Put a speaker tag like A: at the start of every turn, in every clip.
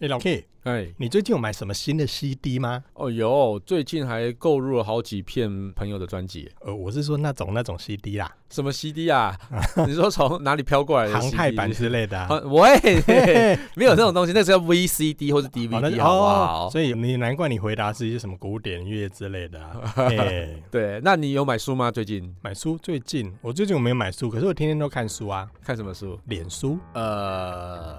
A: 哎、老 K，
B: 哎，
A: 你最近有买什么新的 CD 吗？
B: 哦，有，最近还购入了好几片朋友的专辑。
A: 呃，我是说那种那种 CD 啦，
B: 什么 CD 啊？你说从哪里飘过来的 CD？
A: 航太版之类的、啊。
B: 啊，喂， 没有这种东西，那是叫 VCD 或是
A: 哦 那
B: DVD，
A: 就
B: 好不
A: 哦
B: 好？
A: 所以你难怪你回答是一些什么古典乐之类的、 啊。哎，
B: 对，那你有买书吗？最近
A: 买书最近我最近我没有买书，可是我天天都看书啊，
B: 看什么书？
A: 脸书。
B: 呃，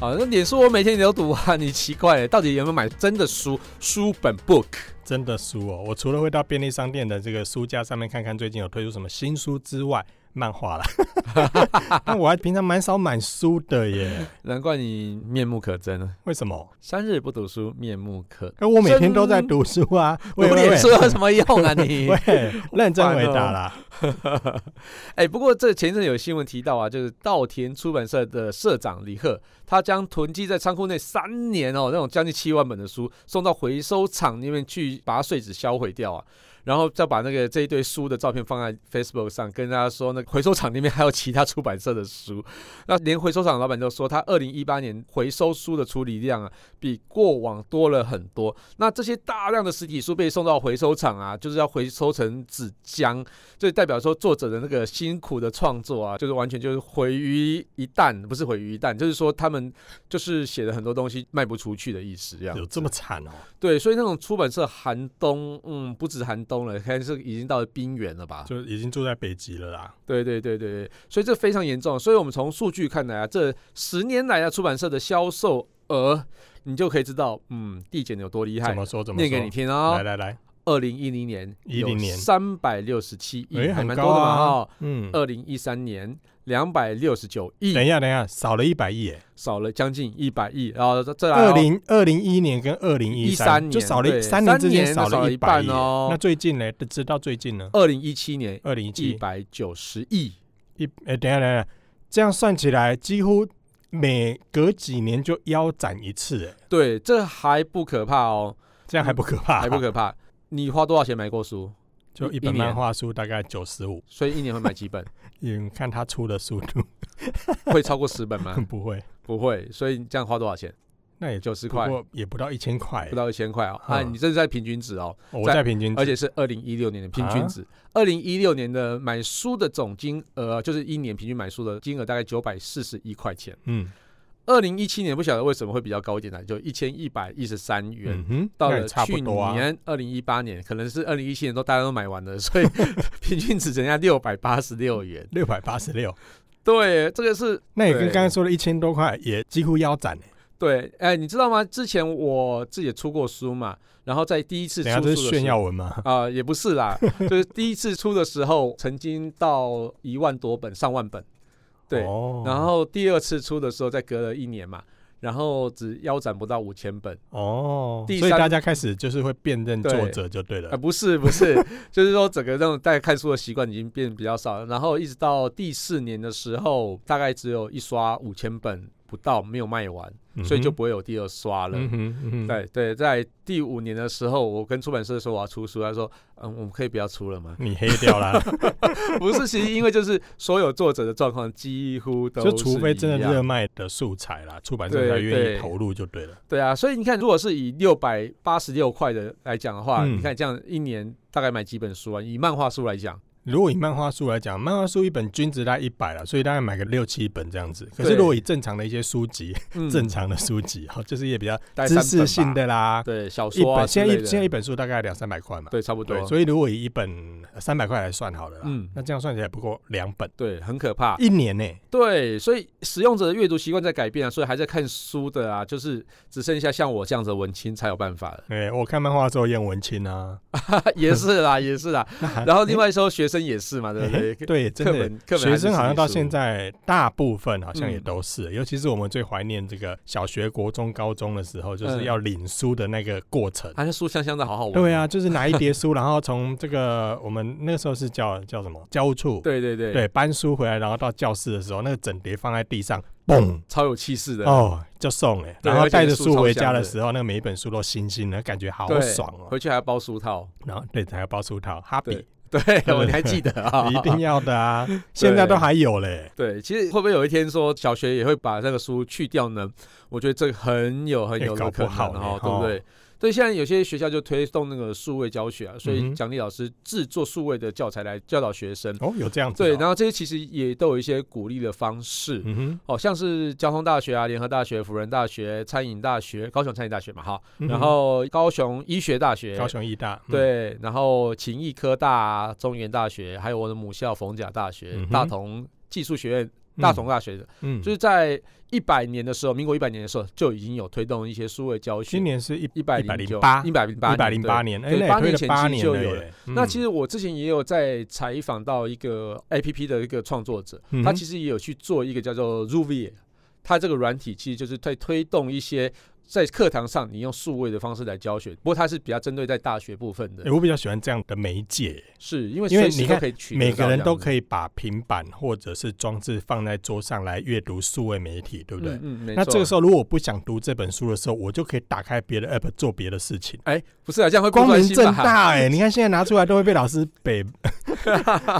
B: 啊，那脸书我每天也都读啊，你奇怪了，到底有没有买真的书？书本 book
A: 真的书哦，我除了会到便利商店的这个书架上面看看最近有推出什么新书之外，漫画啦。 但我还平常蛮少买书的耶，
B: 难怪你面目可憎啊！
A: 为什么？
B: 三日不读书，面目可
A: 可我每天都在读书啊。
B: 我
A: 喂喂
B: 脸
A: 喂
B: 书有什么用啊你？
A: 喂，认真回答啦。
B: 哎、不过这前一阵有新闻提到啊，就是稻田出版社的社长李贺，他将囤积在仓库内三年哦，那种将近七万本的书送到回收厂那边去，把它碎纸销毁掉啊。然后再把那个这一堆书的照片放在 Facebook 上，跟大家说，那个回收厂里面还有其他出版社的书。 那连回收厂老板都说，他二零一八年回收书的处理量啊，比过往多了很多。那这些大量的实体书被送到回收厂啊，就是要回收成纸浆，所以代表说作者的那个辛苦的创作啊，就是完全就是毁于一旦，不是毁于一旦，就是说他们就是写的很多东西卖不出去的意思，这样
A: 有这么惨哦？
B: 对，所以那种出版社寒冬，嗯，不止寒冬了，看是已经到了冰原了吧？
A: 就已经住在北极了啦。
B: 对对对对对，所以这非常严重。所以我们从数据看来啊，这十年来啊，出版社的销售额，你就可以知道，嗯，递减有多厉害
A: 怎。么说？怎么
B: 念
A: 说
B: 给你？听
A: 来
B: 哦，
A: 来来，
B: 二零一零年
A: 10年
B: 三百六十七亿，
A: 哎，
B: 还
A: 很
B: 蛮多
A: 高
B: 的嘛
A: 啊
B: 哦。
A: 嗯，
B: 二零一三年两百六十九亿，
A: 等一下，等一下，少了一百亿耶。
B: 少了将近一百亿。然后这再来
A: 二
B: 哦
A: 零二零一年跟二零
B: 13
A: 三
B: 年
A: 就少了一
B: 对
A: 三年之间
B: 三年少
A: 了
B: 了
A: 一
B: 一
A: 百
B: 半
A: 亿
B: 哦
A: 那最近呢？直到最近呢？
B: 二零一七年
A: 二零一
B: 一
A: 七
B: 百九十亿，
A: 一哎，等一下等一下，这样算起来几乎每隔几年就腰斩一次，哎，
B: 对，这还不可怕哦，
A: 这样还不可怕？
B: 还不可怕。你花多少钱买过书？
A: 就一
B: 一
A: 本
B: 年
A: 漫画书大概九十五，
B: 所以一年会买 几本？
A: 嗯，看他出的速 度
B: 会超过十本 吗？
A: 不会，
B: 不会。所以你这样花多少钱？
A: 那也就
B: 九十
A: 不
B: 块，
A: 过也不到一千块
B: 不，到一千块哦。啊，
A: 嗯
B: 你这是在平均值哦，
A: 我在平均值，啊
B: 而且是二零一六年的平均值。二零一六年的买书的总金额，就是一年平均买书的金额大概九百四十一块钱。
A: 嗯
B: 二零一七年不晓得为什么会比较高一点啊呢，就一千一百一十三元。
A: 嗯哼，
B: 到
A: 那
B: 了
A: 也差不
B: 去
A: 多啊，
B: 年二零一八年，可能是二零一七年都大家都买完了，所以 平均只剩下六百八十六元。
A: 六百八十六，
B: 对，这个是
A: 那也跟
B: 对
A: 刚才说的一千多块也几乎腰斩，哎
B: 对，哎，你知道吗？之前我自己也出过书嘛，然后在第一次
A: 等
B: 出
A: 一下
B: 书的
A: 这
B: 时
A: 是
B: 候
A: 炫耀文吗？
B: 啊、也不是啦，就是第一次出的时候，曾经到一万多本、上万本，对。
A: 哦
B: 然后第二次出的时候，再隔了一年嘛，然后只腰斩不到五千本。
A: 哦，
B: 第
A: 所以
B: 三
A: 大家开始就是会辨认作
B: 对
A: 者就对了。
B: 啊，不是不是， 就是说整个那种大家看书的习惯已经变得比较少了，然后一直到第四年的时候，大概只有一刷五千本不到，没有卖完，
A: 嗯哼
B: 呃所以就不会有第二刷了。
A: 嗯哼嗯哼，
B: 对对，在第五年的时候，我跟出版社说我要出书，他说：“嗯，我们可以不要出了吗
A: 你黑掉了，？”
B: 不是，其实因为就是所有作者的状况几乎都
A: 就除
B: 是
A: 非
B: 一
A: 真的
B: 样
A: 热卖的素材啦，出版社
B: 对
A: 才愿意
B: 对
A: 投入就对了。
B: 对啊，所以你看，如果是以六百八十六块的来讲的话，
A: 嗯
B: 你看这样一年大概买几本书啊？以漫画书来讲。
A: 如果以漫画书来讲，漫画书一本均值大概一百了，所以大概买个六七本这样子。可是
B: 对
A: 如果以正常的一些书籍，
B: 嗯
A: 正常的书籍哈，就是也比较
B: 大概
A: 知
B: 三本
A: 识
B: 吧
A: 性的啦，
B: 对小
A: 一
B: 说啊
A: 本
B: 之
A: 现在
B: 类
A: 一
B: 的，
A: 现在一本书大概两三百块嘛，
B: 对差不多，
A: 对，所以如果以一本呃三百块来算好了啦，
B: 嗯
A: 那这样算起来不过两本
B: 对很可怕，
A: 一年呢，
B: 对，所以使用者的阅读习惯在改变啊，所以还在看书的啊，就是只剩下像我这样子的文青才有办法了，
A: 哎，我看漫画的时候也很文青啊，
B: 也是啦，也是啦。
A: 那还
B: 然后另外说学生也是嘛，对不对？
A: 对，啊真
B: 课
A: 的
B: 本课本
A: 学
B: 还是
A: 生好像到
B: 实体书
A: 现在大部分好像也
B: 嗯
A: 都是，尤其是我们最怀念这个小学、国中、高中的时候，就是
B: 嗯
A: 要领书的那个过程。
B: 他那书香香的好好闻。
A: 对啊，，就是拿一叠书，然后从这个我们那个时候是叫叫什么教务处，
B: 对对对，
A: 对搬书回来，然后到教室的时候，那个整叠放在地上，嘣
B: 超有气势的。
A: 哦就送了，
B: 对
A: 然后带着
B: 而且那书
A: 书
B: 超
A: 回家
B: 香
A: 的
B: 的
A: 时候，那个每一本书都新新的，感觉好
B: 对
A: 爽哦。
B: 回去还要包书套。
A: 然后对，还要包书套，哈比
B: 对对，我还记得 啊，
A: 一定要的 啊，现在都还有嘞。
B: 对，其实会不会有一天说小学也会把那个书去掉呢？我觉得这个很有很
A: 也
B: 有
A: 搞
B: 的可
A: 不好
B: 能
A: 呢
B: 哦，对不对？对，现在有些学校就推动那个数位教学啊，所
A: 嗯
B: 以
A: 哼
B: 奖励老师制作数位的教材来教导学生。
A: 哦，有这样子、哦。
B: 对，然后这些其实也都有一些鼓励的方式。
A: 嗯哼，
B: 哦，像是交通大学啊、联合大学、辅仁大学、餐饮大学、高雄餐饮大学嘛，哈，
A: 嗯哼
B: 然后高雄医学大学，
A: 高雄艺大，嗯，
B: 对，然后勤益科大、啊、中原大学，还有我的母校逢甲大学、
A: 嗯哼
B: 大同技术学院、大同大学，
A: 嗯，
B: 就是在一百年的时候，民国一百年的时候就已经有推动一些数位教学。
A: 今年是一
B: 一百
A: 零
B: 零
A: 八
B: 一百零八
A: 一百零八。年，哎，
B: 对
A: 那也
B: 八
A: 推
B: 年
A: 了
B: 前
A: 八
B: 其
A: 年
B: 实就
A: 了
B: 有
A: 耶。嗯
B: 对那其
A: 实
B: 实我之前也有在采访到一个 A P P 的一个创作者，
A: 嗯哼
B: 他其实也有去做一个叫做 Ruvi，他这个软体其实就是在推动一些在课堂上你用数位的方式来教学，不过它是比较针对在大学部分的，
A: 哎我比较喜欢这样的媒介耶，
B: 是因为
A: 因为
B: 随时
A: 你
B: 都
A: 看
B: 可以取得
A: 每
B: 到
A: 个人
B: 这
A: 都
B: 样子
A: 可以把平板或者是装置放在桌上来阅读数位媒体，对不对？
B: 嗯，嗯没
A: 那这个
B: 错
A: 时候，如果我不想读这本书的时候，我就可以打开别的 app 做别的事情，
B: 哎、不是啊，这样会不
A: 光
B: 专
A: 明
B: 心
A: 正
B: 吧
A: 大哎、 你看现在拿出来都会被老师北，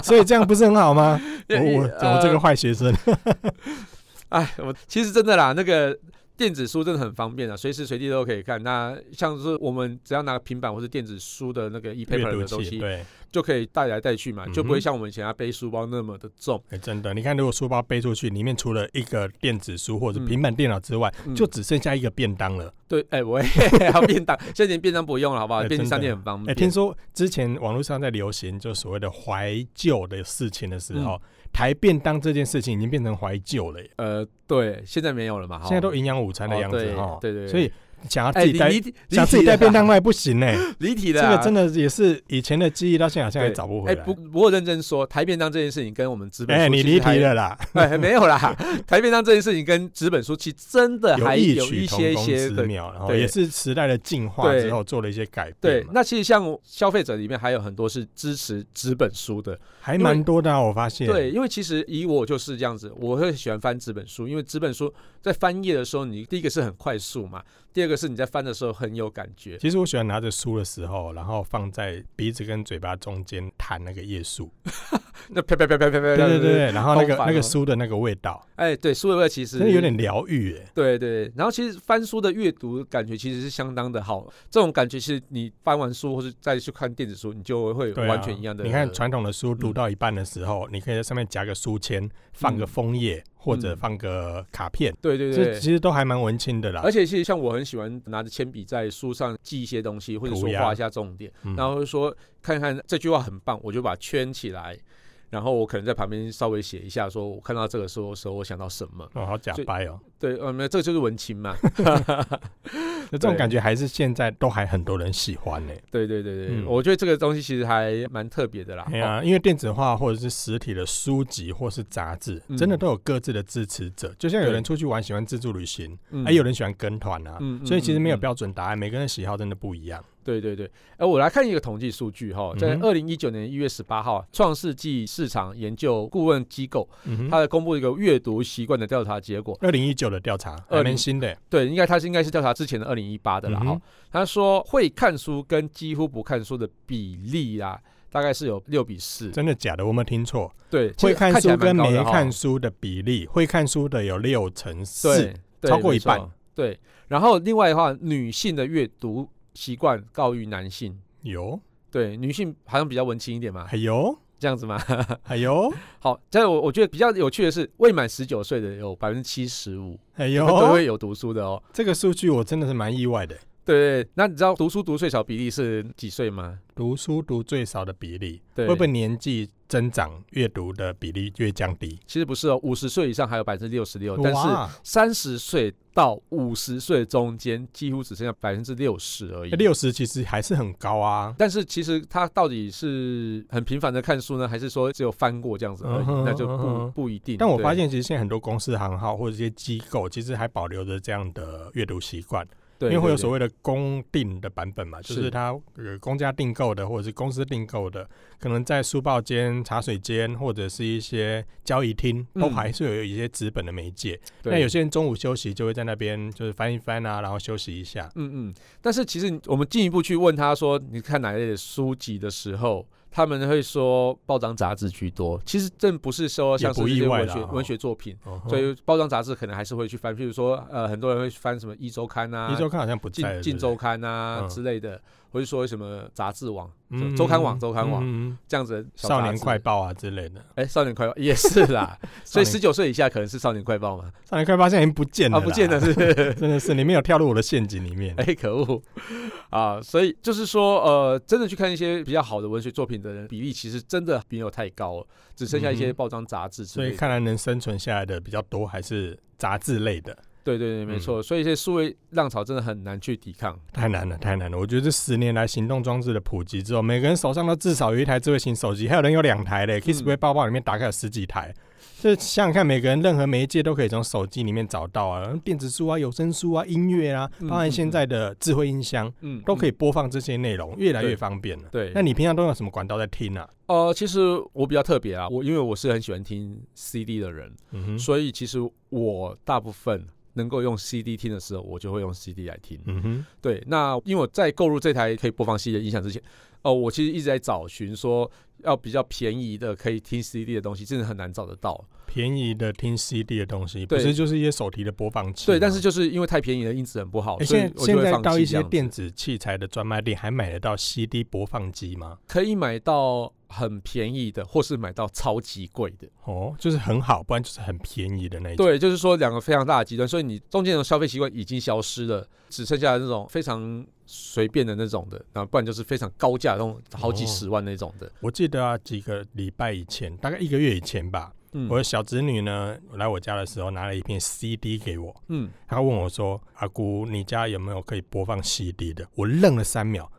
A: 所以这样不是很好吗？我我
B: 呃
A: 我这个，坏学生，
B: 哎，我其实真的啦，那个电子书真的很方便啊，随时随地都可以看。那像是我们只要拿平板或是电子书的那个
A: 阅
B: e-paper
A: 读
B: 的东
A: 器
B: 西，
A: 对。
B: 就可以带来带去嘛，
A: 嗯哼
B: 就不会像我们以前要背书包那么的重。
A: 哎、真的，你看，如果书包背出去，里面除了一个电子书或者
B: 嗯
A: 平板电脑之外，
B: 嗯
A: 就只剩下一个便当了。
B: 对，哎、我也要便当，现在连便当不用了，好不好？
A: 哎
B: 便利商
A: 真的
B: 店很方
A: 哎、
B: 嗯便。
A: 听说之前网络上在流行就所谓的怀旧的事情的
B: 嗯
A: 时候，抬便当这件事情已经变成怀旧了耶，
B: 呃，对，现在没有了嘛，哈
A: 现在都营养午餐的
B: 哦
A: 样子哈、
B: 对对对，
A: 所以想要
B: 哎，
A: 自己带。
B: 离离
A: 想自己带便当，那也不行 呢、
B: 离题
A: 这
B: 了啊，
A: 个真的也是以前的记忆，到现在好像也
B: 对
A: 找不回
B: 哎、
A: 来。
B: 不，不过认真说，台便当这件事情跟我们纸本
A: 哎、
B: 书
A: 你
B: 其实
A: 离
B: 还
A: 题，了啦，
B: 哎，没有啦，台便当这件事情跟纸本书其实真的 还
A: 异
B: 有
A: 曲
B: 一
A: 同
B: 些
A: 工之
B: 些的。
A: 妙，然后
B: 对
A: 也是时代的进化
B: 对
A: 之后做了一些改变
B: 对
A: 嘛。，
B: 那其实像消费者里面还有很多是支持纸本书的，
A: 还
B: 因为
A: 蛮多的、啊，我发现。
B: 对，因为其实以我就是这样子，我会喜欢翻纸本书，因为纸本书在翻页的时候，你第一个是很快速嘛，第二个是你在翻的时候很有感觉，
A: 其实我喜欢拿着书的时候，然后放在鼻子跟嘴巴中间弹那个页数，
B: 那啪啪啪啪啪啪，
A: 对对对，对，然后那个
B: 好烦哦
A: 那个书的那个味道，
B: 哎，对，苏维味其实
A: 真的有点疗愈哎。
B: 对对，然后其实翻书的阅读感觉其实是相当的好，这种感觉是你翻完书或是再去看电子书，你就嗯会有
A: 对啊
B: 完全一样的。
A: 你看传统的书读到一半的时候，你可以在上面夹个书
B: 嗯
A: 签，放个枫叶或者放个卡片，
B: 对嗯对哎
A: 这
B: 对
A: 其，实都还蛮文青的啦。
B: 而且其实像我很喜欢拿着铅笔在书上记一些东西，或者说
A: 涂鸦
B: 画一下重点，
A: 嗯
B: 然后就说看看这句话很棒，我就把它圈起来，然后我可能在旁边稍微写一下，说我看到这个时候时候我想到什么。
A: 哦，好假掰哦！
B: 对，呃，没有，这个就是文青 嘛。
A: 那这种感觉还是现在都还很多人喜欢呢。
B: 对对对对，
A: 嗯
B: 我觉得这个东西其实还蛮特别的啦。
A: 哎
B: 哦
A: 呀，因为电子化或者是实体的书籍或是杂志，
B: 嗯
A: 真的都有各自的支持者。就像有
B: 对
A: 人出去玩喜欢自助旅行，
B: 嗯
A: 还有人喜欢跟团啊，
B: 嗯嗯
A: 哎所以其实没有
B: 嗯嗯
A: 标准答案，每个人喜好真的不一样。
B: 对对对，哎，我来看一个统计数据哈，在
A: 嗯哼
B: 二零一九年一月十八号，创世纪市场研究顾问机构
A: 嗯
B: 它
A: 哼，
B: 在公布一个阅读习惯的调查结果，
A: 二零一九的调查还蛮
B: 20
A: 新的，
B: 对，应该它是应该是调查之前的二零一八的啦
A: 嗯
B: 哈
A: 哼。
B: 他说会看书跟几乎不看书的比例啦，大概是有六比四。
A: 真的假的？我没有听错。
B: 对，其实
A: 会看
B: 起来
A: 书跟
B: 蛮高
A: 没
B: 的哈
A: 看书的比例，会看书的有六成四
B: 对，对
A: 超过一。
B: 没
A: 半
B: 错对，然后另外的话，女性的阅读习惯高于男性。
A: 有，
B: 对，女性好像比较文青一点嘛，
A: 还有，
B: 这样子嘛。
A: 还有，
B: 好，但我我觉得比较有趣的是，未满十九岁的有百分之七十五
A: 还
B: 都
A: 有，
B: 会有读书的哦。
A: 这个数据我真的是蛮意外的。
B: 对对，那你知道读书读最少比例是几岁吗？
A: 读书读最少的比例，
B: 对，
A: 会不会年纪增长阅读的比例越降低？
B: 其实不是哦，五十岁以上还有百分之六十六，但是
A: 哇
B: 三十岁到五十岁中间几乎只剩下百分之六十而已。
A: 六十其实还是很高啊。
B: 但是其实他到底是很频繁的看书呢，还是说只有翻过这样子而已？
A: 嗯哼
B: 那就
A: 嗯
B: 不
A: 哼
B: 不一定。
A: 但我
B: 对
A: 发现，其实现在很多公司行号或者一些机构，其实还保留着这样的阅读习惯，
B: 对，
A: 因为会有
B: 对
A: 所谓的公定的版本嘛，就是是它呃公家订购的或者是公司订购的，可能在书报间、茶水间或者是一些交易厅，都
B: 嗯
A: 还是有一些纸本的媒介。
B: 对
A: 那有些人中午休息就会在那边就是翻一翻啊，然后休息一下。
B: 嗯嗯，但是其实我们进一步去问他说，你看哪类的书籍的时候，他们会说报章杂志居多。其实这不是说像
A: 也
B: 是
A: 不
B: 这
A: 意
B: 些
A: 外
B: 文
A: 啦
B: 学
A: 哦
B: 文学作品，
A: 哦吼
B: 所以包装杂志可能还是会去翻，譬如说呃，很多人会翻什么《一周刊》啊，
A: 一周刊好像不在
B: 晋
A: 了
B: 晋周刊啊、
A: 嗯
B: 之类的，或者说什么杂志网、
A: 对不对嗯
B: 周刊网、周刊网、
A: 嗯嗯嗯
B: 这样子的小
A: 少
B: 杂
A: 年
B: 志
A: 快，报啊之类的。
B: 哎，少年快报也是啦，所 以
A: 少
B: 十
A: 年
B: 九岁以下可能是少年快报嘛，
A: 少年快报现在已经不见了
B: 啊，
A: 啦，
B: 不见得是
A: 真的是你没有跳入我的陷阱里面。
B: 哎、可恶啊！所以就是说，呃，真的去看一些比较好的文学作品的人比例，其实真的没有太高了，只剩下一些
A: 嗯哼
B: 报章杂志之
A: 所
B: 类
A: 以
B: 的。
A: 看来能生存下来的比较多，还是杂志类的，
B: 对对对，没错。
A: 嗯
B: 所以一些数位浪潮真的很难去抵抗。
A: 太难了，太难了。我觉得这十年来行动装置的普及之后，每个人手上都至少有一台智慧型手机，还有人有两台
B: 嗯
A: 嘞。Kissplay 包包里面打开有十几台，这想想看，每个人任何媒介都可以从手机里面找到啊，电子书啊、有声书啊、音乐啊，
B: 嗯
A: 包含现在的智慧音箱，
B: 嗯，
A: 都可以
B: 嗯。
A: 播放这些内容，越来
B: 对
A: 越方便了。
B: 对，
A: 那你平常都用什么管道在听啊？
B: 呃，其实我比较特别啊，我因为我是很喜欢听 CD 的人，
A: 嗯哼，
B: 所以其实我大部分能够用 CD 听的时候，我就会用 CD 来听。
A: 嗯哼，
B: 对，那因为我在购入这台可以播放 CD 的音响之前，哦、我其实一直在找寻说要比较便宜的可以听 CD 的东西，真的很难找得到。
A: 便宜的听 CD 的东西，不
B: 对
A: 是就是一些手提的播放器吗？
B: 对，但是就是因为太便宜了，音质很不好，
A: 欸、
B: 所以
A: 啊现在
B: 我就
A: 现
B: 会
A: 在
B: 放
A: 到
B: 弃
A: 一
B: 这
A: 些
B: 样子
A: 电子器材的专卖店还买得到 CD 播放机吗？
B: 可以买到很便宜的，或是买到超级贵的。
A: 哦，就是很好，不然就是很便宜的那一种。
B: 对，就是说两个非常大的极端，所以你中间那种消费习惯已经消失了，只剩下那种非常随便的那种的，那不然就是非常高价的那种，好几
A: 哦
B: 十万那种的。
A: 我记得啊，几个礼拜以前，大概一个月以前吧，
B: 嗯
A: 我的小侄女呢来我家的时候拿了一片 CD 给我，
B: 嗯，
A: 她问我说：“阿姑，你家有没有可以播放 CD 的？”我愣了三秒，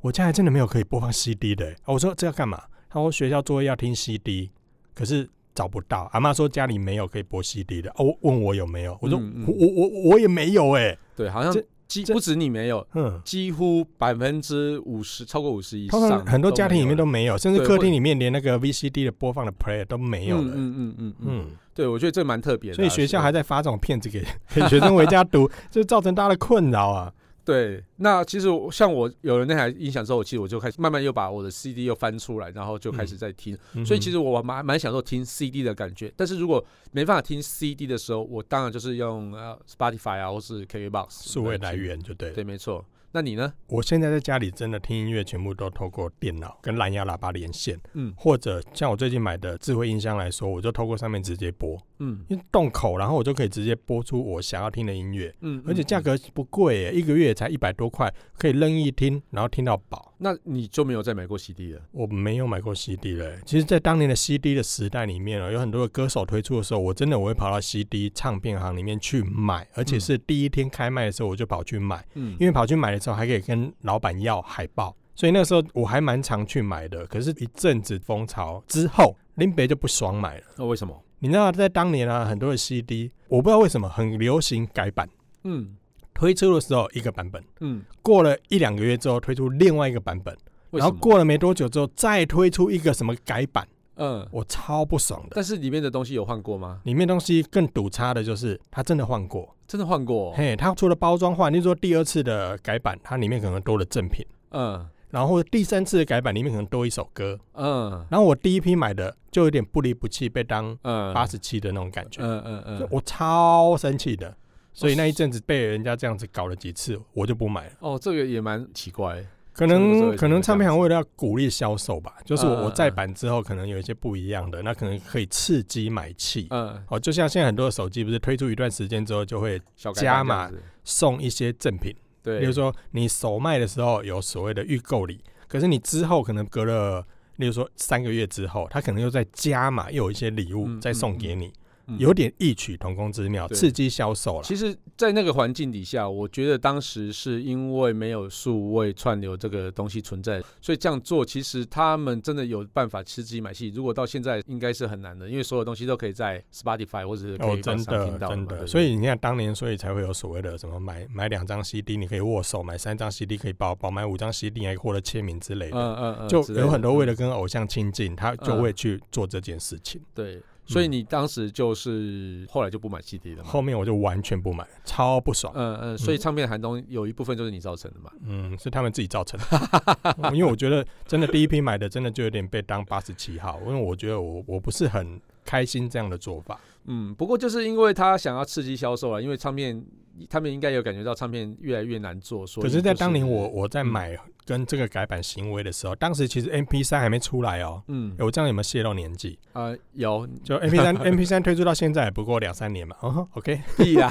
A: 我家还真的没有可以播放 CD 的、欸啊我说：“这要干嘛？”她说：“学校作业要听 CD，可是。”找不到，阿妈说家里没有可以播 CD 的。哦，我问我有没有，我说、
B: 嗯嗯
A: 我我我我也没有哎、欸
B: 对，好像
A: 这
B: 几
A: 这
B: 不止你没有，
A: 嗯，
B: 几乎百分之五十，超过五十以
A: 通
B: 上，
A: 常很多家庭里面
B: 都
A: 都没有，甚至
B: 对
A: 客
B: 或
A: 厅里面连那个 VCD 的播放的 player 都没
B: 没
A: 有
B: 有了
A: 了。
B: 嗯嗯嗯嗯嗯，
A: 嗯，
B: 对，我觉得这蛮特别的啊。
A: 所以学校还
B: 是
A: 在发这种骗子给 给学生回家读， 就造成大家的困扰啊。
B: 对。那其实我像我有了那台音响之后，我其实我就开始慢慢又把我的 CD 又翻出来，然后就开
A: 嗯
B: 始在听。所以其
A: 实
B: 实我蛮蛮享受听 CD 的感觉。但是如果没办法听 CD 的时候，我当然就是用呃 Spotify 啊，或是 KKBox
A: 数位
B: 来
A: 来
B: 听。
A: 源就对了。
B: 对，没错。那你呢？
A: 我现在在家里真的听音乐，全部都透过电脑跟蓝牙喇叭连线，
B: 嗯
A: 或者像我最近买的智慧音箱来说，我就透过上面直接播，
B: 嗯
A: 因为动口，然后我就可以直接播出我想要听的音乐，
B: 嗯，
A: 而且
B: 嗯
A: 价
B: 嗯
A: 格不贵耶，一个月也才一百多块，可以任意听，然后听到饱。
B: 那你就没有再买过 CD 了。
A: 我没有买过 CD 嘞、其实，在当年的 CD 的时代里面哦，有很多的歌手推出的时候，我真的我会跑到 CD 唱片行里面去买，而且是第一天开卖的时候我就跑去买，
B: 嗯，
A: 因为跑去买的时候还可以跟老板要海报，所以那时候我还蛮常去买的。可是，一阵子风潮之后，林北就不爽买了。
B: 那为什么？
A: 你知道，在当年啊，很多的 CD，我不知道为什么很流行改版，
B: 嗯
A: 推出的时候一个版本，
B: 嗯，
A: 过了一两个月之后推出另外一个版本，
B: 为
A: 然后
B: 什么
A: 过了没多久之后再推出一个什么改版。
B: 嗯，
A: 我超不爽 的。
B: 但是里面的东西有换过吗？
A: 里面东西更堵差的就是，它真的换过，
B: 真的换过哦、
A: 嘿，它除了包装换，例如说第二次的改版，它里面可能多了正品，
B: 嗯
A: 然后第三次的改版里面可能多一首歌，
B: 嗯
A: 然后我第一批买的就有点不离不弃，被当
B: 嗯，
A: 八十七的那种感觉，
B: 嗯嗯
A: 就
B: 嗯，
A: 我超生气的，所以那一阵子被人家这样子搞了几次，我就不买了。
B: 哦，这个也蛮奇怪。
A: 可
B: 这个社会
A: 能
B: 怎
A: 可
B: 么
A: 能唱片
B: 这样
A: 行
B: 子
A: 为了要鼓励销售吧，就是
B: 嗯嗯
A: 我我再
B: 嗯
A: 版之后可能有一些不一样的，那可能可以刺激买气。
B: 嗯，
A: 哦，就像现在很多的手机不是推出一段时间之后就会
B: 小改
A: 加
B: 版这
A: 码
B: 样子，
A: 送一些赠品，
B: 对，
A: 比如说你首卖的时候有所谓的预购礼，可是你之后可能隔了，例如说三个月之后，他可能又再加码，又有一些礼物
B: 嗯
A: 再送给你，
B: 嗯
A: 有点异曲同工之妙，
B: 对
A: 刺激销售了。
B: 其实，在那个环境底下，我觉得当时是因为没有数位串流这个东西存在，所以这样做，其实他们真的有办法吃鸡买戏。如果到现在，应该是很难的，因为所有东西都可以在 Spotify 或者是
A: 哦，
B: 可以
A: 真
B: 上听
A: 的
B: 到嘛
A: 真
B: 对不
A: 的，
B: 对
A: 所以你看当年，所以才会有所谓的什么买买两张 CD 你可以握手，买三张 CD 可以抱抱，买五张 CD 还获得签名之类的，
B: 嗯嗯嗯，
A: 就
B: 之类的
A: 有很多为了跟偶像亲近，他就
B: 嗯
A: 会去做这件事情。
B: 对。所以你当时就是后来就不买 CD 了嘛？
A: 后面我就完全不买，超不爽。
B: 嗯嗯，所以唱片寒冬有一部分就是你造成的嘛。
A: 嗯，是他们自己造成的， 因为我觉得真的第一批买的真的就有点被当八十七号，因为我觉得我我不是很开心这样的做法。
B: 嗯，不过就是因为他想要刺激销售啊，因为唱片他们应该有感觉到唱片越来越难做，所以
A: 可是，在
B: 就
A: 当年我我在
B: 嗯
A: 买跟这个改版行为的时候，当时其实 M P 三还没出来哦、
B: 嗯
A: 欸我这样有没有泄露年纪？
B: 啊、有
A: 就 M P 三 M P 三推出到现在也不过两三年嘛，哦，OK。
B: 屁 呀、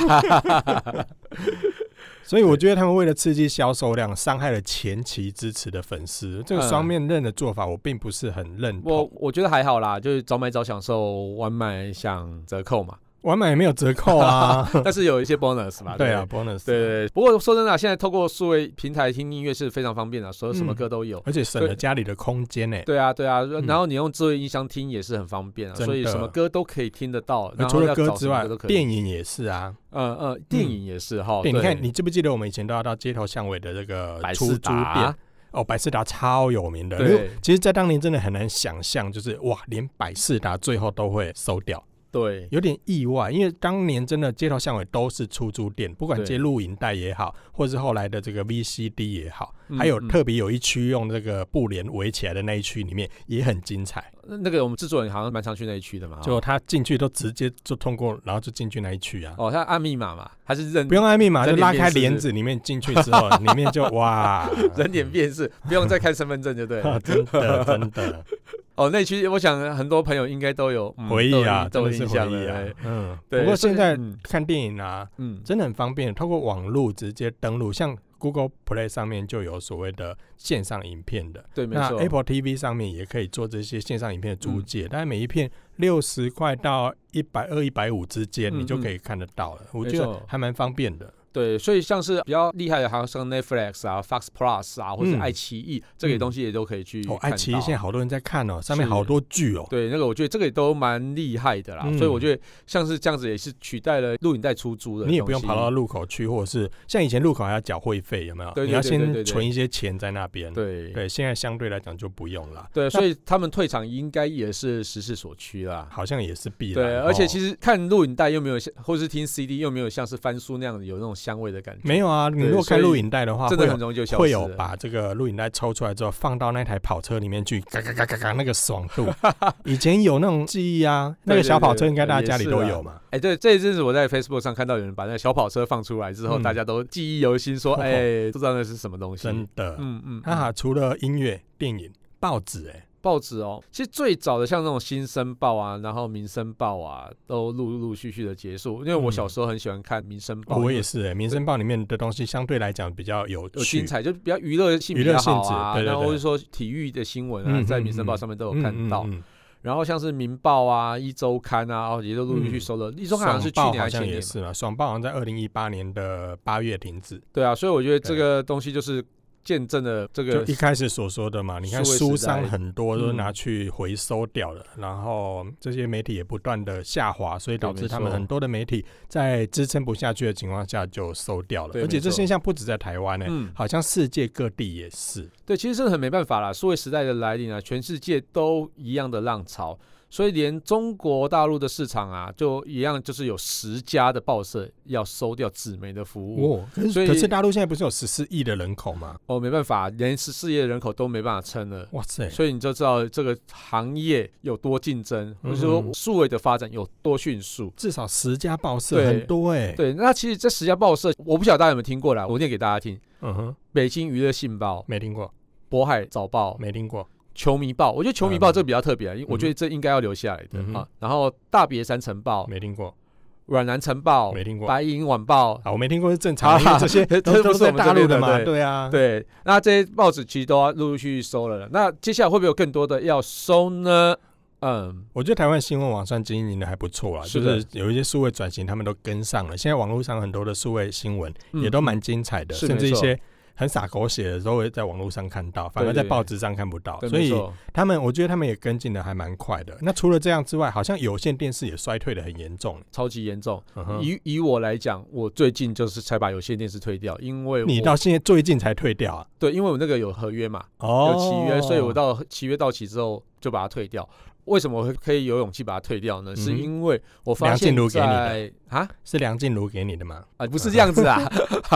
A: 所以我觉得他们为了刺激销售量，伤害了前期支持的粉丝，这个
B: 嗯
A: 双面刃的做法，我并不是很认
B: 我
A: 同。
B: 我觉得还好啦，就是早买早享受，晚买享折 扣嘛，
A: 晚买也没有折扣啊，
B: 但是有一些 bonus 嘛。
A: 对
B: 不
A: 啊。，bonus，
B: 对对，对不过说真的啊、现在透过数位平台听音乐是非常方便的、所有什么
A: 嗯
B: 歌都有。
A: 而且省了家里的空间呢、欸
B: 对啊，对啊，然后你用智慧音箱听也是很方便啊，
A: 真的
B: 所以什么歌都可以听得到。
A: 那
B: 然后
A: 除了
B: 要
A: 歌
B: 找
A: 之
B: 什么
A: 外
B: 都，可以
A: 电影也是啊。
B: 嗯嗯，电影也是哈。
A: 对，你看，
B: 对
A: 你记不记得我们以前都要到街头巷尾的这个
B: 百
A: 出
B: 事
A: 租
B: 达
A: 店？，哦，百事达超有名的。因为
B: 对
A: 其实，在当年真的很难想象，就是哇，连百事达最后都会收掉，
B: 对
A: 有点意外。因为当年真的街头巷尾都是出租店，不管
B: 对
A: 接录影带也好，或是后来的这个 VCD 也好，
B: 嗯
A: 还有
B: 嗯
A: 特别有一区用这个布帘围起来的那一区里面也很精彩。
B: 那那个我们制作人好像蛮常去那一区的嘛。哦
A: 就他进去都直接就通过，然后就进去那一区啊。
B: 哦，他按密码嘛，还是认
A: 不用按密码，
B: 在
A: 就
B: 里面
A: 拉开
B: 是不是
A: 帘子，里面进去之 后，里面就哇，
B: 人脸辨识，不用再看身份证就对了。
A: 啊 真的真 的
B: 哦，那区我想很多朋友应该都有、嗯
A: 回忆啊，
B: 都
A: 真的
B: 有印
A: 是
B: 都有印
A: 回
B: 象
A: 忆啊
B: 的。
A: 嗯，
B: 对，
A: 不过
B: 所以
A: 现在
B: 嗯
A: 看电影啊，
B: 嗯
A: 真的很方便，透过网络直接登录，像 Google Play 上面就有所谓的线上影片的，
B: 对，没
A: 那
B: 错嗯
A: Apple TV 上面也可以做这些线上影片的租借，大概每一片六十块到一百二、一百五之间，
B: 嗯
A: 你就可以看得到了。我
B: 没
A: 觉得
B: 错
A: 还蛮方便的。
B: 对，所以像是比较厉害的，还有像 Netflix 啊、Fox Plus 啊，或者是
A: 嗯
B: 爱奇艺、这个东西也都可以去看
A: 哦
B: 到。，
A: 爱奇艺现在好多人在看哦，上面
B: 是
A: 好多剧哦。
B: 对，那个我觉得这个也都蛮厉害的啦，
A: 嗯
B: 所以我觉得像是这样子也是取代了录影带出租的，
A: 你也不用跑到。路口去，或者是像以前路口还要缴会费，有没有？
B: 对对
A: 你要
B: 对对对
A: 先
B: 对
A: 存一些钱在那边。
B: 对
A: 对，现在相对来讲就不用了，
B: 对，所以他们退场应该也是时势所趋啦。
A: 好像也哦是必然。
B: 对，而且其
A: 实。
B: 实看录影带又没有像，或是听 CD 又没有像是翻书那样有那种香味的感觉，
A: 没有啊，你
B: 对
A: 如果看
B: 所以
A: 录影带的话，
B: 真的
A: 会
B: 很
A: 有
B: 容易就消失
A: 会有
B: 了
A: 把这个录影带抽出来之后，放到那台跑车里面去，嘎嘎嘎嘎嘎，那个爽 度。以前有那种记忆啊，那个
B: 对对
A: 小跑
B: 对
A: 车应该
B: 对
A: 大
B: 也
A: 家家里
B: 是
A: 都
B: 啊
A: 有嘛。
B: 哎、对，这一阵子我在 Facebook 上看到有人把那个小跑车放出来之后，
A: 嗯
B: 大家都记忆犹 新说，哎、不知道那是什么东西。
A: 真的，
B: 嗯嗯，
A: 那、啊、除了音乐、电影、报纸、哎，
B: 报纸哦，其实最早的像那种《新生报》啊，然后《民生报》啊，都陆陆续续的结束。因为我
A: 嗯
B: 小时候很喜欢看《民生报》
A: 我
B: 因
A: 也
B: 为
A: 是、哎，《民生报》里面的东西相对来讲比较有
B: 有
A: 趣
B: 精。彩，就比较娱乐性
A: 娱
B: 比
A: 乐
B: 较
A: 性
B: 好
A: 质
B: 啊，
A: 对对
B: 然后
A: 对
B: 或者说体育的新闻啊，
A: 嗯
B: 在
A: 嗯
B: 《民生报》
A: 嗯
B: 上面都有
A: 嗯
B: 看
A: 嗯
B: 到。
A: 嗯
B: 然后像是《民报》啊，《一周刊》啊，哦，也都陆陆续续
A: 嗯
B: 收了。一周刊》好
A: 爽
B: 像是去
A: 报
B: 年
A: 好
B: 还是前
A: 像也
B: 年嘛？
A: 是嘛，爽报好像在二零一八年的八月停止，
B: 对啊，所以我觉得这
A: 对
B: 个东西就是见证了这
A: 就
B: 个
A: 一开始所说的嘛。你看
B: 数位
A: 书
B: 时代
A: 商很多都
B: 嗯
A: 拿去回收掉了，然后这些媒体也不断的下滑，所以导
B: 对没
A: 致
B: 错
A: 他们很多的媒体在支撑不下去的情况下就收掉了。
B: 对
A: 而且
B: 没
A: 这
B: 错
A: 现象不止在台湾呢、欸
B: 嗯，
A: 好像世界各地也是。
B: 对，其实真的很没办法啦。数位时代的来临啊，全世界都一样的浪潮，所以连中国大陆的市场啊，就一样就是有十家的报社要收掉纸媒的服务。
A: 哦，可
B: 所
A: 是
B: 以
A: 可是大陆现在不是有十四亿的人口吗？
B: 哦，没办法，连十四亿的人口都没办法撑了。
A: 哇塞！
B: 所以你就知道这个行业有多竞争，或者说
A: 嗯
B: 数位的发展有多迅速。
A: 至少十家报社
B: 对
A: 很多哎、
B: 对，那其实这十家报社，我不晓得大家有没有听过啦，我念给大家听：
A: 嗯哼，
B: 北京娱乐信报、
A: 没听过，
B: 渤海早报、
A: 没听过。
B: 球迷报，我觉得球迷报这个比较特别啊，因为
A: 嗯
B: 我觉得这应该要留下来的
A: 嗯哼
B: 啊。然后大别山晨报、
A: 没听过，
B: 阮南晨报》
A: 没听
B: 《
A: 过
B: 白银晚报》
A: 啊，我没听过是正常，因为这些
B: 这
A: 都
B: 不
A: 都
B: 是我
A: 在
B: 们
A: 大
B: 这
A: 陆
B: 边
A: 的
B: 的
A: 嘛，
B: 对
A: 对啊，
B: 对，那这些报纸其实都要陆陆续续收了。那接下来会不会有更多的要收呢？嗯，
A: 我觉得台湾新闻网算经营的还不错啦，
B: 是
A: 就
B: 的
A: 是有一些数位转型，他们都跟上了。现在网络上很多的数位新闻
B: 嗯
A: 也都蛮精彩的，
B: 是
A: 甚至
B: 没
A: 一
B: 错
A: 些很洒狗血的都会在网络上看到，反而在
B: 对
A: 报纸上看不到。
B: 对
A: 所
B: 没
A: 以
B: 错
A: 他们，我觉得他们也跟进的还蛮快的。那除了这样之外，好像有线电视也衰退的很严重。
B: 超级严重。
A: 嗯哼
B: 以以我来讲，我最近就是才把有线电视退掉，因为
A: 你
B: 我
A: 到现在最近才退掉啊？
B: 对，因为我那个有合约嘛，
A: 哦
B: 有契约，所以我到契约到期之后就把它退掉。为什么我会可以有勇气把它退掉呢？是
A: 嗯哼
B: 因为我发
A: 梁静
B: 现
A: 茹给你的
B: 在啊，
A: 哦是梁静茹给你的吗？
B: 啊，不是这样子啊。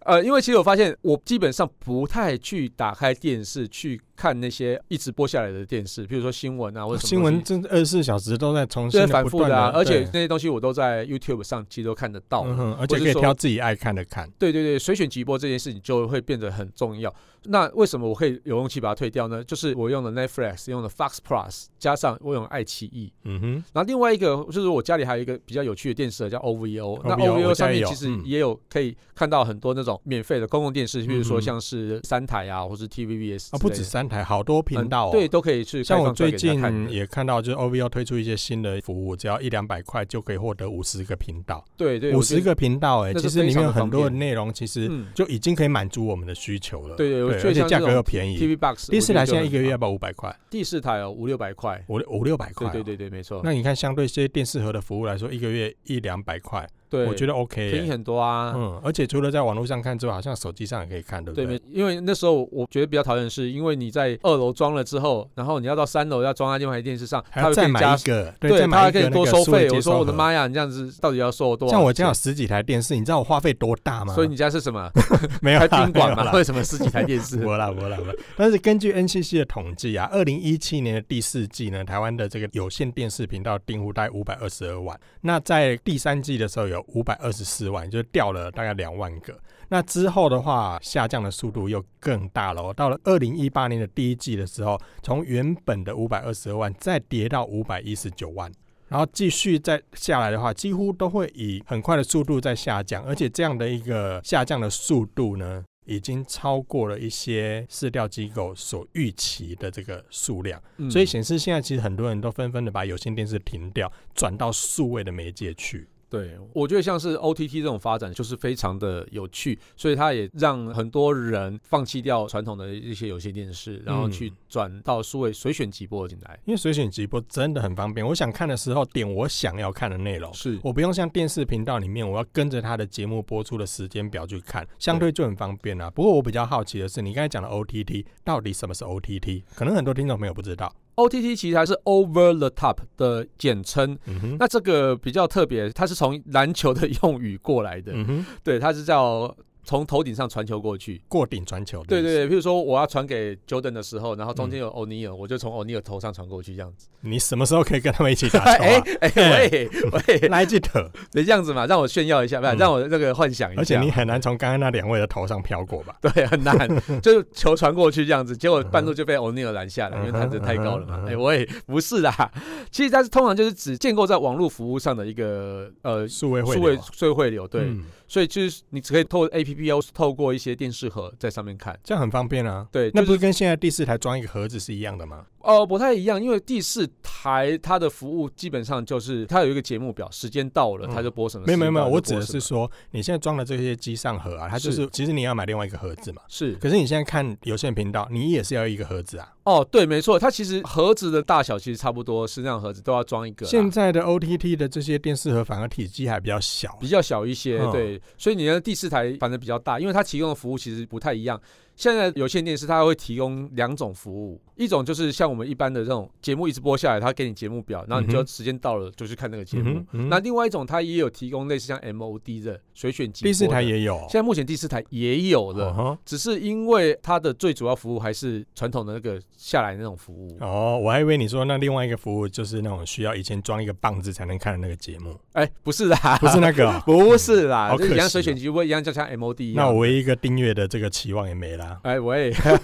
B: 呃，因为其实我发现，我基本上不太去打开电视去看那些一直播下来的电视，比如说新闻啊，或者
A: 哦
B: 什
A: 新
B: 么东
A: 闻
B: 西
A: 真二十四小时都在重
B: 这
A: 新
B: 些
A: 地
B: 反
A: 不
B: 复
A: 断
B: 的啊，
A: 地
B: 而且
A: 对
B: 那些东西我都在 YouTube 上其实都看得到。
A: 嗯哼，而
B: 或
A: 且
B: 是
A: 可以
B: 说
A: 挑自己爱看的看。
B: 对对对，随选即播这件事情就会变得很重要。那为什么我可以有勇气把它退掉呢？就是我用了 Netflix，用了 Fox Plus，加上我用了爱奇艺，
A: 嗯哼，
B: 然后另外一个就是我家里还有一个比较有趣的电视叫 OVO，那
A: OVO 我
B: OVO
A: 家
B: 上
A: 也
B: 面
A: 有
B: 其实
A: 嗯
B: 也有可以看到很多那种免费的公共电视，比如
A: 嗯
B: 说
A: 哼
B: 像是三台啊，或是 TVBS
A: 啊，不
B: 之
A: 止
B: 类的
A: 三台，好多频道、哦
B: 嗯对，都可以去
A: 像
B: 开
A: 我
B: 放出来
A: 最
B: 给大家看
A: 近
B: 的
A: 也看到，就是 OVO 推出一些新的服务，只要一两百块就可以获得五十个频道，
B: 对对
A: 五
B: 我觉
A: 十
B: 得
A: 个频道、哎，
B: 那
A: 其
B: 是
A: 实
B: 非
A: 里面
B: 常
A: 有
B: 的
A: 很
B: 方
A: 多的
B: 便
A: 内容，其实
B: 嗯，
A: 就已经可以满足我们的需求了。
B: 对对，我觉
A: 而
B: 得
A: 且
B: 像
A: 价
B: 这
A: 格又
B: 种
A: 便宜。
B: TV Box，
A: 第四台现在一个月要
B: 吧，
A: 不要五百块？
B: 第四啊台哦五六百块，
A: 五六五六百块、哦
B: 对对。对对，没错，
A: 那你看，相对一些电视盒的服务来说，一个月一两百块，
B: 对，
A: 我觉
B: 得
A: 得 OK、
B: 便宜
A: 欸。
B: 很多啊，
A: 嗯，而且除了在网络上看之外，好像手机上也可以看，对不
B: 对，没因为那时候我觉得比较讨厌的是，因为你在二楼装了之后，然后你要到三楼要装在另外一台电视上，
A: 还
B: 它
A: 要
B: 会
A: 再
B: 给你
A: 买
B: 加
A: 一个，
B: 对，
A: 再
B: 他
A: 买
B: 还
A: 一个
B: 跟你
A: 那
B: 多
A: 个
B: 收
A: 数位
B: 费。
A: 接
B: 我说
A: 收
B: 我的
A: 盒
B: 妈呀，你这样子到底要收我多少？
A: 像我家有，十几台电视，你知道我花费多大吗？
B: 所以你家是什么？
A: 没有
B: 开
A: 啦
B: 宾馆
A: 没有
B: 吗？
A: 啦
B: 为什么十几台电视？
A: 我啦我啦我啦。但是根据 NCC 的统计啊，二零一七年的第四季呢，台湾的这个有线电视频道订户大概五百二十二万，那在第三季的时候有五百二十四万，就掉了大概两万个。那之后的话，下降的速度又更大了哦。到了二零一八年的第一季的时候，从原本的五百二十二万再跌到五百一十九万。然后继续再下来的话，几乎都会以很快的速度在下降，而且这样的一个下降的速度呢，已经超过了一些市调机构所预期的这个数量，
B: 嗯
A: 所以显示现在其实很多人都纷纷的把有线电视停掉，转到数位的媒介去。
B: 对，我觉得像是 OTT 这种发展就是非常的有趣，所以它也让很多人放弃掉传统的一些有线电视，然后
A: 嗯
B: 去转到数位随选即播进来。
A: 因为随选直播真的很方便，我想看的时候点我想要看的内容。
B: 是，
A: 我不用像电视频道里面，我要跟着它的节目播出的时间表去看，相对就很方便啊啦、不过我比较好奇的是，你刚才讲的 OTT 到底什么是 OTT？可能很多听众朋友不知道。
B: OTT 其实还是 Over the Top 的简称。
A: 嗯哼，
B: 那这个比较特别，它是从篮球的用语过来的，
A: 嗯哼，
B: 对，它是叫从头顶上传球过去。
A: 过顶传球的
B: 对
A: 意思。
B: 对对，譬如说我要传给 Jordan 的时候，然后中
A: 嗯
B: 间有 O'Neal，、我就从 O'Neal 头上传过去这样子。
A: 你什么时候可以跟他们一 起打球、啊？
B: 哎哎喂 喂，
A: 来记得，
B: 你这样子嘛，让我炫耀一下，不然、
A: 嗯
B: 让我那个幻想一下。啊
A: 而且你很难从刚刚那两位的头上飘过吧？
B: 对很难，就是球传过去这样子，结果半路就被 O'Neal 拦下来，因为他人太高了
A: 嗯
B: 嘛
A: 嗯哼嗯。哼
B: 哎、我也不是啦，其实它是通常就是只建构在网络服务上的一个呃
A: 数位会
B: 数
A: 流
B: 位
A: 啊
B: 社会流，对，
A: 嗯
B: 所以就是你只可以透过 A P P 透过一些电视盒在上面看。
A: 这样很方便啊。
B: 对，
A: 那
B: 就
A: 不是跟现在第四台装一个盒子是一样的吗？
B: 呃，不太一样，因为第四台它的服务基本上就是它有一个节目表，时间到了
A: 嗯
B: 它就播什么。
A: 没有没有没有，
B: 时间到了
A: 我
B: 就
A: 指
B: 播
A: 的
B: 什么
A: 是说，你现在装的这些机上盒啊，它就是其实你要买另外一个盒子嘛。
B: 是
A: 可是你现在看有线频道，你也是要一个盒子啊。
B: 哦，对，没错，它其实盒子的大小其实差不多，是那样盒子都要装一个啦，
A: 现在的 OTT 的这些电视盒反而体积还比较小，
B: 比较小一些，
A: 嗯
B: 对，所以你的第四台反正比较大，因为它提供的服务其实不太一样。现在有线电视它会提供两种服务，一种就是像我们一般的这种节目一直播下来，它给你节目表，然后
A: 嗯
B: 你就
A: 哼
B: 时间到了就去看那个
A: 嗯
B: 节目
A: 哼。嗯哼
B: 那另外一种它也有提供类似像 MOD 的随选即播
A: 第
B: 的
A: 四台也有哦。
B: 现在目前第四台也有了，
A: 嗯哼
B: 只是因为它的最主要服务还是传统的那个下来那种服务。
A: 哦，我还以为你说那另外一个服务就是那种需要以前装一个棒子才能看的那个节 目，
B: 哎、不是啦，
A: 不是那个哦、
B: 不是啦，
A: 好
B: 就是一
A: 可
B: 样
A: 惜
B: 随选
A: 哦
B: 机播，一样就像 MOD 一样。
A: 那我唯一一个订阅的这个期望也没啦。
B: 哎喂，哎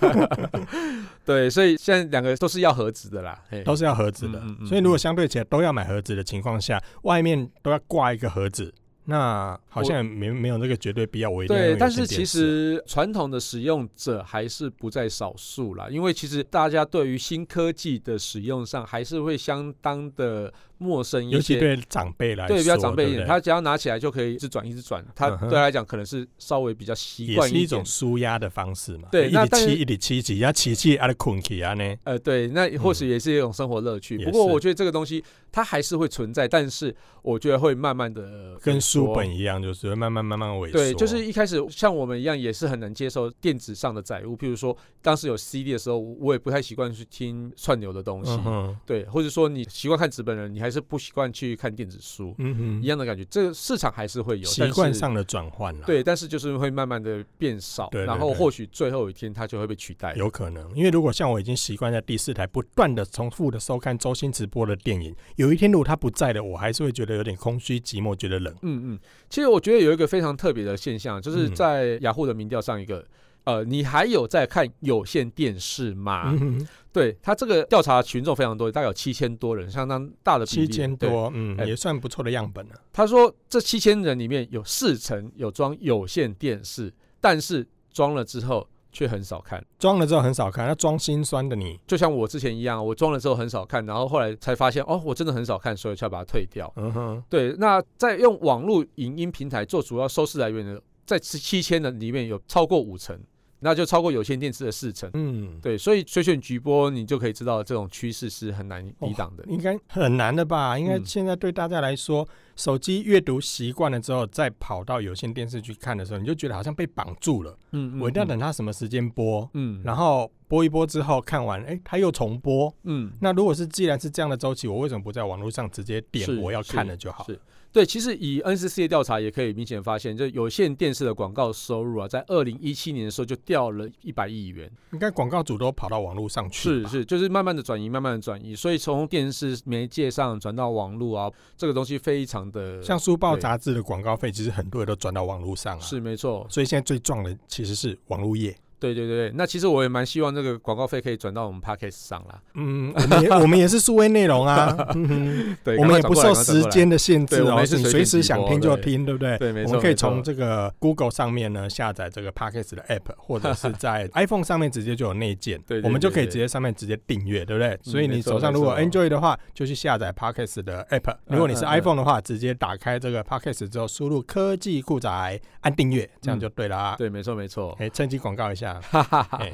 B: 对，所以现在两个都是要盒子的啦，嘿
A: 都是要盒子的。
B: 嗯嗯嗯
A: 所以如果相对起来都要买盒子的情况下，外面都要挂一个盒子，那好像也没没有那个绝对必要。我一定要
B: 对，
A: 用
B: 但
A: 有线
B: 是其
A: 电啊视
B: 实传统的使用者还是不在少数啦，因为其实大家对于新科技的使用上还是会相当的陌生一
A: 尤其
B: 些。
A: 对长辈来说，
B: 对，比较长辈一
A: 对不
B: 点，
A: 对
B: 他只要拿起来就可以一直转一直转，他
A: 嗯哼
B: 对他来讲可能是稍微比较习
A: 也
B: 惯
A: 是一
B: 点
A: 种。舒压的方式嘛。
B: 对
A: 一
B: 那
A: 里
B: 但是
A: 七一里七级，要七级啊，的困起啊呢。
B: 呃，对，那或许也是一种生活乐趣。
A: 也
B: 不过
A: 是
B: 我觉得这个东西它还是会存在，但是我觉得会慢慢的
A: 跟书本一样，就是会慢慢慢慢萎缩。
B: 对，就是一开始像我们一样，也是很难接受电子上的载物。譬如说，当时有 CD 的时候，我也不太习惯去听串流的东西。
A: 嗯哼，
B: 对，或者说你习惯看纸本人，你还是不习惯去看电子书，
A: 嗯
B: 一
A: 哼，
B: 样的感觉。这个市场还是会有，
A: 习
B: 但是
A: 惯上的转换啦。
B: 对，但是就是会慢慢的变少，
A: 对对
B: 然后
A: 对
B: 或许最后一天它就会被取代。
A: 有可能，因为如果像我已经习惯在第四台不断的重复的收看周星驰播的电影，有一天如果他不在了，我还是会觉得有点空虚、寂寞，觉得冷。
B: 嗯嗯，其实我觉得有一个非常特别的现象，就是
A: 嗯
B: 在雅虎的民调上一个。呃，你还有在看有线电视吗？
A: 嗯哼，
B: 对他这个调查群众非常多，大概有七千多人，相当大的比例
A: 七千。
B: 对
A: 多，嗯，
B: 哎
A: 也算不错的样本了、啊
B: 他说这七千人里面有四成有装有线电视，但是装了之后却很少看。
A: 装了之后很少看，那装心酸的你，
B: 就像我之前一样，我装了之后很少看，然后后来才发现哦，我真的很少看，所以就要把它退掉。
A: 嗯哼，
B: 对，那在用网络影音平台做主要收视来源的，在七千人里面有超过五成，那就超过有线电视的四成。
A: 嗯，
B: 对，所以随选局播，你就可以知道这种趋势是很难抵挡的。
A: 应该很难的吧？应该
B: 嗯
A: 现在对大家来说，手机阅读习惯了之后，再跑到有线电视去看的时候，你就觉得好像被绑住了。
B: 嗯
A: 我一定要等它什么时间播，
B: 嗯，
A: 然后播一播之后看完，哎，它又重播。
B: 嗯，
A: 那如果是既然是这样的周期，我为什么不在网络上直接点
B: 是
A: 我要看的就好？
B: 是对，其实以 NCC 的调查也可以明显发现，就有线电视的广告收入啊，在二零一七年的时候就掉了一百亿元，
A: 应该广告主都跑到网络上去
B: 是
A: 了吧，
B: 是，就是慢慢的转移，慢慢的转移，所以从电视媒介上转到网络啊，这个东西非常的
A: 像书报
B: 对
A: 杂志的广告费，其实很多人都转到网络上了、
B: 是没错，
A: 所以现在最壮的其实是网络业。
B: 对对对对。那其实我也蛮希望这个广告费可以转到我们 Podcast 上啦，
A: 嗯，我们也我们也是数位内容 啊，嗯哼
B: 对
A: 我们也不受时，间的限制
B: 对我
A: 哦，
B: 们也
A: 是
B: 是
A: 你
B: 随
A: 随
B: 选
A: 时
B: 直
A: 想
B: 播
A: 听就
B: 对
A: 听，对不对？
B: 对没
A: 我
B: 错
A: 们可以
B: 没错
A: 从这个 Google 上面呢下载这个 Podcast 的 App，或者是 在 iPhone 上面直接就有内建，
B: 对对
A: 我们就可以
B: 对对
A: 直接上面直接订阅，对不对？所以你
B: 没错
A: 手上如果
B: 没错
A: Android 的话，就去下载 Podcast 的 App；
B: 嗯
A: 如果你是
B: 嗯嗯
A: iPhone 的话，直接打开这个 Podcast 之后，输入科技酷宅，按订阅，这样
B: 嗯
A: 就对啦。
B: 对，没错没错。
A: 哎，趁机广告一下。
B: 哈哈哈。
A: 哎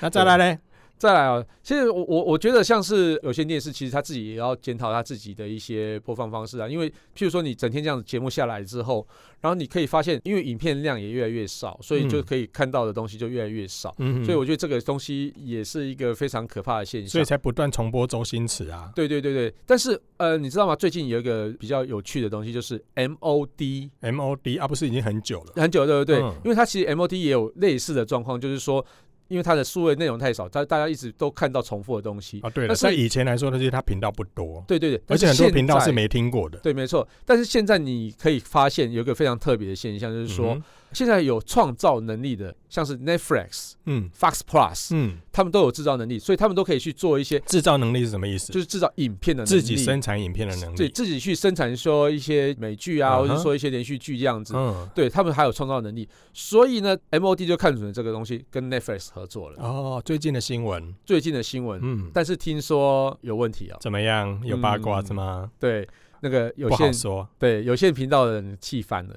A: 那再来嘞，
B: 再来啊，其实我我我觉得像是有线电视，其实他自己也要检讨他自己的一些播放方式啊，因为譬如说你整天这样子节目下来之后，然后你可以发现，因为影片量也越来越少，所以就
A: 嗯
B: 可以看到的东西就越来越少，
A: 嗯哼，
B: 所以我觉得这个东西也是一个非常可怕的现
A: 所以
B: 象。
A: 才不断重播周星驰啊。
B: 对对对对，但是呃，你知道吗？最近有一个比较有趣的东西，就是 MOD，
A: MOD 啊，不是已经很久了。
B: 很久了对不对？
A: 嗯
B: 因为它其实 MOD 也有类似的状况，就是说，因为它的数位内容太少，大大家一直都看到重复的东西。
A: 啊，对了，
B: 但是
A: 在以前来说，那就是它频道不多，
B: 对对对，
A: 而
B: 但
A: 且很多
B: 现
A: 频道是
B: 在
A: 没听过的。
B: 对，没错。但是现在你可以发现有一个非常特别的现象，就是说、
A: 嗯哼，
B: 现在有创造能力的，像是 Netflix、
A: 嗯
B: Fox Plus，、
A: 嗯，
B: 他们都有制造能力，所以他们都可以去做一些
A: 制造能力是什么意思？
B: 就是制造影片的能力，
A: 自己生产影片的能
B: 对
A: 力。
B: 自己去生产说一些美剧
A: 嗯
B: 啊，
A: 哼
B: 或者说一些连续剧这样子。
A: 嗯，
B: 对他们还有创造能力，所以呢，MOD 就看准了这个东西，跟 Netflix 合作了。
A: 哦，最近的新闻，
B: 最近的新闻，
A: 嗯，
B: 但是听说有问题啊、
A: 怎么样？有八卦是吗？
B: 对，那个有
A: 不好
B: 线
A: 说，
B: 对有线频道的人气翻了，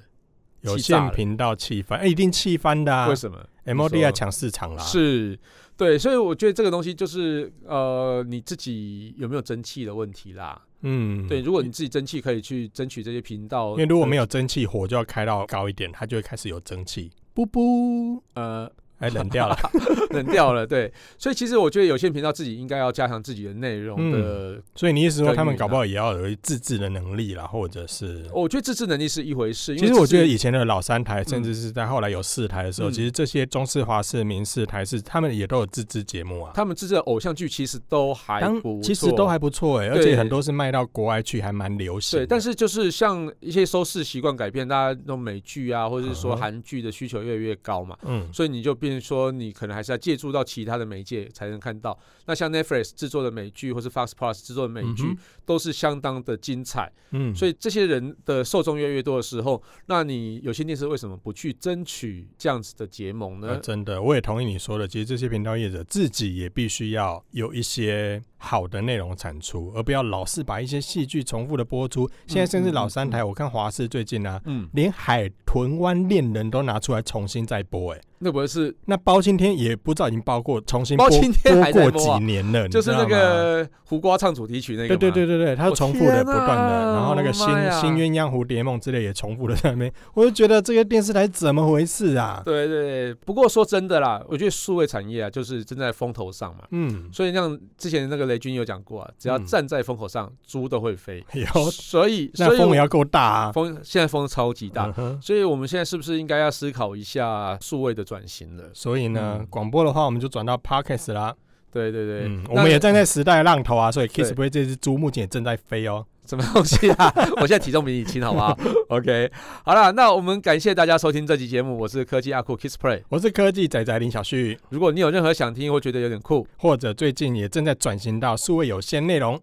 A: 有
B: 气炸
A: 线
B: 了
A: 频道气翻，哎，一定气翻的啊
B: 为什么？
A: ！MOD
B: 你
A: 要
B: 说
A: 抢市场啦，
B: 是，对，所以我觉得这个东西就是呃，你自己有没有争气的问题啦。
A: 嗯，
B: 对，。如果你自己争气，可以去争取这些频道。
A: 因为如果没
B: 有，
A: 有蒸汽，火就要开到高一点，它就会开始有蒸汽，不不，
B: 呃，
A: 哎，冷掉了。
B: 冷掉了，对。所以其实我觉得有些频道自己应该要加强自己的内容的，
A: 所以你意思说，
B: 耕
A: 他们
B: 耘
A: 搞不
B: 啊
A: 好也要有自制的能力啦，或者是
B: 我觉得自制能力是一回事。因
A: 其实
B: 为
A: 我
B: 自制
A: 觉得以前的老三台，甚至是在后来有四台的时候，
B: 嗯
A: 其实这些中视、华视、民视、台视，他们也都有自制节目啊。
B: 他们自制的偶像剧其实都还
A: 当
B: 不错，
A: 其实都还不错哎、
B: 对
A: 而且很多是卖到国外去，还蛮流行
B: 对，
A: 的。
B: 但是就是像一些收视习惯改变，大家那种美剧啊，或者是说
A: 嗯哼
B: 韩剧的需求越来越高嘛。
A: 嗯，
B: 所以你就变变成说你可能还是要借助到其他的媒介才能看到。那像 Netflix 制作的美剧，或是 Fox Plus 制作的美剧，
A: 嗯哼
B: 都是相当的精彩。
A: 嗯，
B: 所
A: 以
B: 以这些人的受众越来越多的时候，那你有线电视为什么不去争取这样子的结盟呢？
A: 啊真的，我也同意你说的，其实这些频道业者自己也必须要有一些好的内容产出，而不要老是把一些戏剧重复的播出。现在甚至老三台，我看华视最近啊，
B: 嗯，
A: 连《海豚湾恋人》都拿出来重新再播、哎，
B: 那不是
A: 那包青天也不知道已经包过重新
B: 包
A: 播
B: 青天还在
A: 播过
B: 播啊
A: 几年了，你
B: 就
A: 知
B: 是
A: 道
B: 那
A: 吗
B: 个胡瓜唱主题曲那个
A: 对
B: 嘛
A: 对对对对，它是
B: 我
A: 重复的、
B: 天
A: 不断的，
B: 哪
A: 然后那个
B: 我
A: 新
B: 妈呀
A: 新鸳鸯蝴蝶梦之类也重复的在那边，我就觉得这个电视台怎么回事啊？
B: 对对，不过说真的啦，我觉得数位产业啊，就是正在风头上嘛。
A: 嗯，
B: 所以像之前那个雷军有讲过啊，只要
A: 嗯
B: 站在风口上，猪都会飞。
A: 有
B: 所以，所
A: 那
B: 以
A: 风
B: 我
A: 也要够大啊，
B: 风现在风超级大，
A: 嗯哼
B: 所以我们现在是不是应该要思考一下数位的转型了？
A: 所以呢
B: 嗯，
A: 广播的话我们就转到 podcast 啦。
B: 对对对，
A: 嗯，
B: 那
A: 我们也站在时代的浪头啊，所以 Kiss
B: 对
A: Play 这只猪目前也正在飞哦。
B: 什么东西啊？我现在体重比你轻，好不好？OK，好了，那我们感谢大家收听这期节目，我是科技阿酷 Kiss Play。
A: 我是科技仔仔林小旭，
B: 如果你有任何想听或觉得有点酷，
A: 或者最近也正在转型到数位有限内容，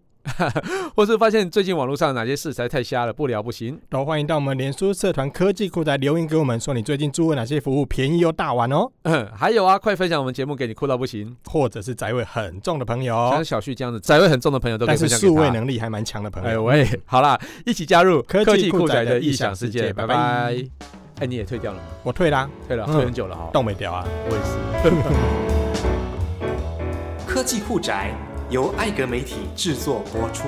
B: 或是发现最近网络上哪些事实在太瞎了，不聊不行。
A: 都欢迎到我们脸书社团科技酷宅留言给我们，说你最近租了哪些服务，便宜又大碗哦，
B: 还有啊，快分享我们节目给你酷到不行，
A: 或者是宅味很重的朋友，哦
B: 像小旭这样子宅味很重的朋友都可以
A: 但是
B: 分享给
A: 数位
B: 他。
A: 能力还蛮强的朋友。
B: 哎喂，好啦，一起加入
A: 科技酷
B: 酷
A: 宅
B: 宅
A: 的
B: 的
A: 异
B: 异
A: 想
B: 想
A: 世
B: 世
A: 界
B: 界，
A: 拜
B: 拜
A: 拜
B: 拜。哎，你也退掉了吗？
A: 我退啦，
B: 退了，
A: 嗯
B: 退很久了哈。
A: 动没掉啊。
B: 我也是。
C: 科技酷宅由艾格媒体制作播出。